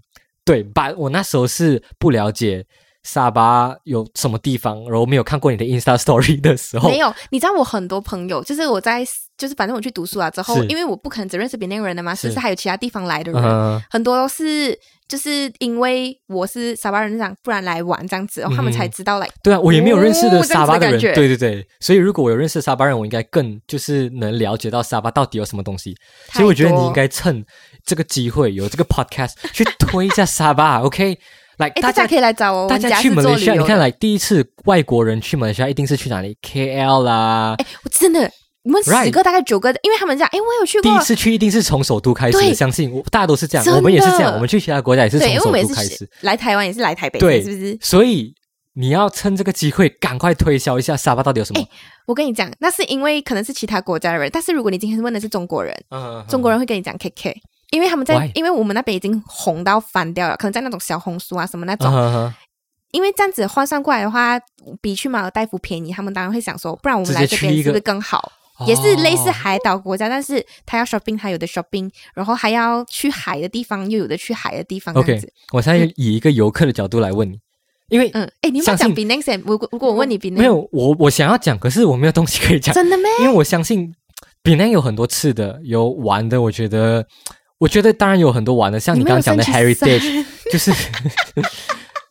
对吧？我那时候是不了解沙巴有什么地方，然后没有看过你的 Insta Story 的时候没，有，你知道我很多朋友，就是我在，就是反正我去读书啊之后，是因为我不可能只认识别那个人的嘛，是是不是还有其他地方来的人？嗯很多都是就是因为我是沙巴人这样，不然来玩这样子，然后哦他们嗯才知道来。对啊，我也没有认识的哦这沙样子的巴的人，感觉对对对，所以如果我有认识沙巴人，我应该更就是能了解到沙巴到底有什么东西。所以我觉得你应该趁这个机会有这个 podcast 去推一下沙 巴，OK？来，大哎，大家家可以来找我，我大们家家去是马做来旅西亚，你游看的。来第一次外国人去马来西亚一定是去哪里？KL 啦，我真的，我们 Right 十个大概九个，因为他们讲，哎，我有去第过一，次去一定是从首都开始，对相信我，大家都是这样真，的我们也是这样，我们去其他国家也是从对，因为我首们也都开始是，来台湾，也是来台北，对是不是？所以你要趁这个机会赶快推销一下沙巴到底有什么。我跟你讲，那是因为可能是其他国家的人，但是如果你今天问的是中国人，嗯，中国人会跟你讲 KK，因为他们在 Why？因为我们那边已经红到翻掉了，可能在那种小红书啊什么那种，嗯因为这样子换算过来的话，比去马尔代夫便宜，他们当然会想说，不然我们来这直接边去一是个不是更好？也是哦类似海岛国家，但是他要 shopping，他有的 shopping，然后还要去海的地方，又有的去海的地方这样 OK，子。我现在以一个游客的角度来问你，因为嗯，哎，你有没有相讲信 Penang Sam？如果如果我问你 Penang，没有我，我想要讲，可是我没有东西可以讲，真的咩？因为我相信 Penang 有很多吃的，有玩的，我觉得，我觉得当然有很多玩的，像你你刚刚讲的们有升旗 heritage，就是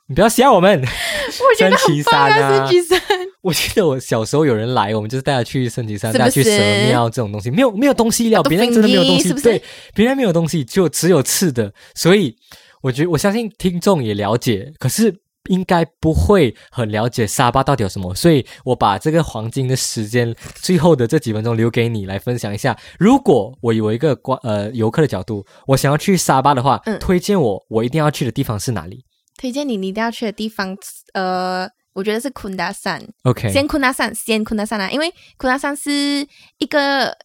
你不要吓我们。我觉得很棒升旗山啊啊，升旗山。我记得我小时候有人来，我们就是带他去圣旗山，是带不他是啊去蛇庙这种东西，没有没有东西了，都别人真的没有东西，是不是对，别人没有东西，就只有吃的，所以我觉得我相信听众也了解，可是应该不会很了解沙巴到底有什么，所以我把这个黄金的时间，最后的这几分钟留给你来分享一下。如果我有一个观呃游客的角度，我想要去沙巴的话，嗯推荐我我一定要去的地方是哪里推荐你你一定要去的地方，呃，我觉得是昆达山。 ？OK，先昆达山，先昆达山啊，因为昆达山是一个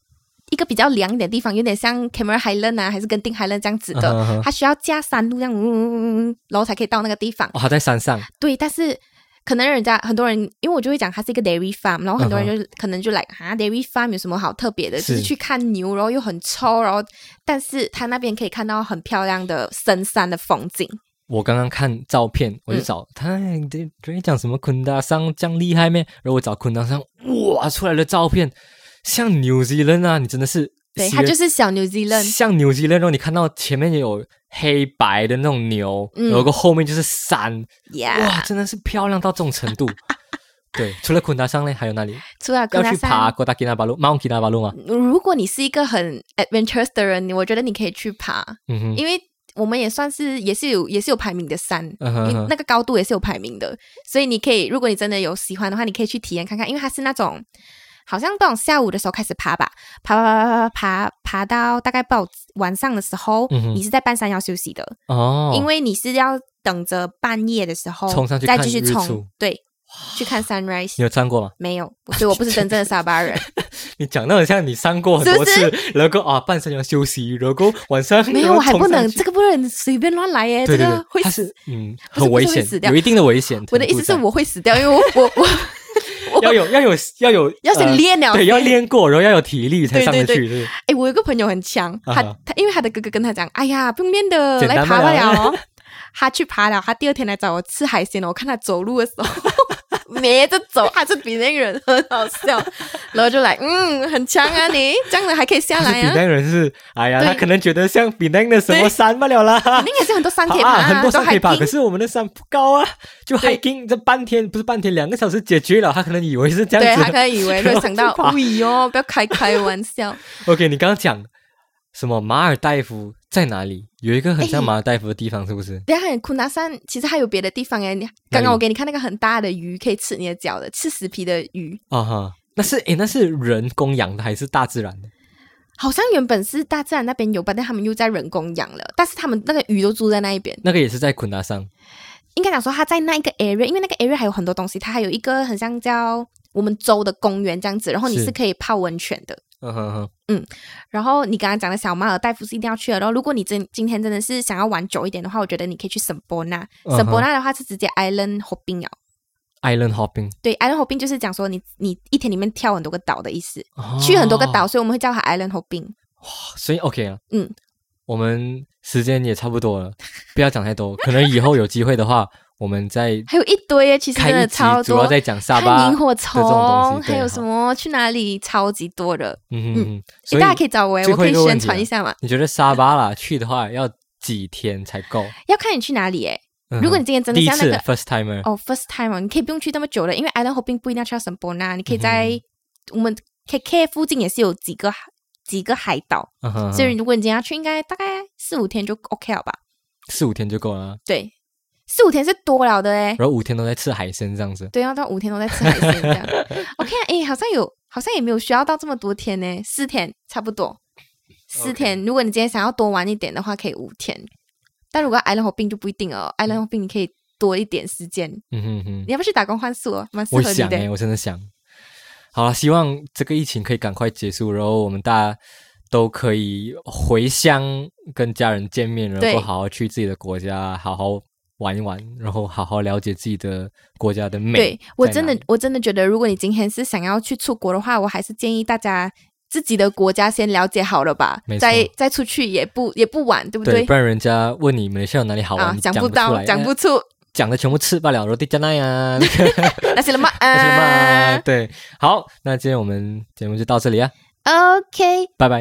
一个比较凉一点的地方，有点像 Cameron Highland 啊，还是跟定 Highland 这样子的。嗯哼哼它需要架山路这样，嗯，然后才可以到那个地方。哦，它在山上，对，但是可能人家很多人，因为我就会讲它是一个 dairy farm，然后很多人嗯就、可能就来啊 dairy farm 有什么好特别的，就是是去看牛，然后又很臭，然后但是它那边可以看到很漂亮的深山的风景。我刚刚看照片，我就嗯找他，哎这昨天讲什么昆达商这样厉害咩？然后我找昆达商，哇，出来的照片像 New Zealand 啊，你真的是对，喜它悦就是小 New Zealand，像 New Zealand，然后你哦看到前面也有黑白的那种牛，嗯然后后面就是山，哇，呀、真的是漂亮到这种程 度。对，除了昆达商呢，还有哪里除了要昆达去山，爬 Kota Kinabalu、Mount Kinabalu 吗？如果你是一个很 adventurous 的人，我觉得你可以去爬，嗯哼，因为我们也算是也是有也是有排名的山。嗯因哼为哼那个高度也是有排名的，所以你可以，如果你真的有喜欢的话，你可以去体验看看，因为它是那种好像不懂下午的时候开始爬吧，爬爬爬爬爬爬爬到大概到晚上的时候，嗯哼你是在半山腰休息的，哦，因为你是要等着半夜的时候冲上去再看继续日冲出，对，去看 sunrise 你有上过吗？没有，所以我不是 真正的沙巴人，你讲到很像你上过很是多不次是，然后啊半山腰休息，然后晚上没有，然后我还冲不上能，去这个不能随便乱来耶，对对这对个，会它死是。嗯不是很不危是会险死，掉有一定的危险。我的意程度思是在我会死掉，因为我我我我要有要有要有 要先呃练了对，先要练过，然后要有体力才对上得对去。对是哎、我有个朋友很强，他、啊哈他因为他的哥哥跟他讲，哎呀，不用练的，简单来爬罢吧了了 哦。他去爬了，他第二天来找我吃海鲜了。我看他走路 的时候没着走，他是比那个人很好笑，然后就来，嗯，很强啊你，这样的还可以下可是来比啊。南人是，哎呀，对他可能觉得像比南的什么山不了啦，肯定也是很多山可以爬、啊，很多山可以爬，都 hiking 可是我们的山不高啊，就对 hiking 这半天不是半天，两个小时解决了，他可能以为是这对，样他可子。能以为没 有想到然后去，爬哎哟，不要开开玩笑。 OK，你刚刚讲什么？马尔代夫在哪里？有一个很像哎马尔代夫的地方，是不是？等一下，昆达山其实还有别的地方哎。你刚刚我给你看那个很大的鱼，可以吃你的脚的，吃死皮的鱼，啊哈，那是诶，那是人工养的还是大自然的？好像原本是大自然那边有吧，但他们又在人工养了。但是他们那个鱼都住在那一边，那个也是在昆达上。应该讲说它在那一个 area，因为那个 area 还有很多东西，它还有一个很像叫我们州的公园这样子，然后你是是可以泡温泉的。嗯哼哼，然后你刚刚讲的小马尔代夫是一定要去的。然后如果你真今天真的是想要玩久一点的话，我觉得你可以去圣伯纳。嗯哼圣伯纳的话是直接 island hopping 哦， island hopping，对，island hopping 就是讲说你你一天里面跳很多个岛的意思，哦哦去很多个岛，所以我们会叫它 island hopping。所以 OK 啊，嗯，我们时间也差不多了，不要讲太多，可能以后有机会的话，我们再还有一堆耶，其实开真的一集超，主要多。再讲沙巴看萤火的这种东虫，西对还有什么去哪里，超级多的。嗯嗯嗯，诶所以大家可以找我耶，最我后可一以个问宣题啊传一下嘛。你觉得沙巴啦去的话要几天才够？要看你去哪里哎。嗯哼如果你今天真第的一像那次个 first timer，哦，first time 哦，你可以不用去那么久了，因为 island hopping 不一定要去到圣伯纳，你可以嗯在我们 KK 附近也是有几个海几个海岛，嗯哼所以哼，如果你今天要去，应该大概四五天就 OK 了吧？四五天就够了 啊，对，四五天是多了的哎。然后五天都在吃海鲜这样子。对，要到五天都在吃海鲜这样。OK 啊，哎，好像有，好像也没有需要到这么多天呢，四天差不多。四 OK 天，如果你今天想要多玩一点的话，可以五天。但如果 island hopping 就不一定哦，island hopping 你可以多一点时间。嗯哼哼，你要不去打工换宿哦，蛮适我合你想的。哎、我真的想。好了，希望这个疫情可以赶快结束，然后我们大家都可以回乡跟家人见面，然对后好好去自己的国家，好好玩一玩，然后好好了解自己的国家的美。对我真的，我真的觉得，如果你今天是想要去出国的话，我还是建议大家自己的国家先了解好了吧没，错再再出去也不也不晚，对不对，不然人家问你马来西亚有哪里好玩，啊你，讲不不出到，来呃讲不出， 讲的全部吃罢了，然后地加奈啊，那个那些了嘛什么啊啊对，好，那今天我们节目就到这里啊，呃，OK，拜拜。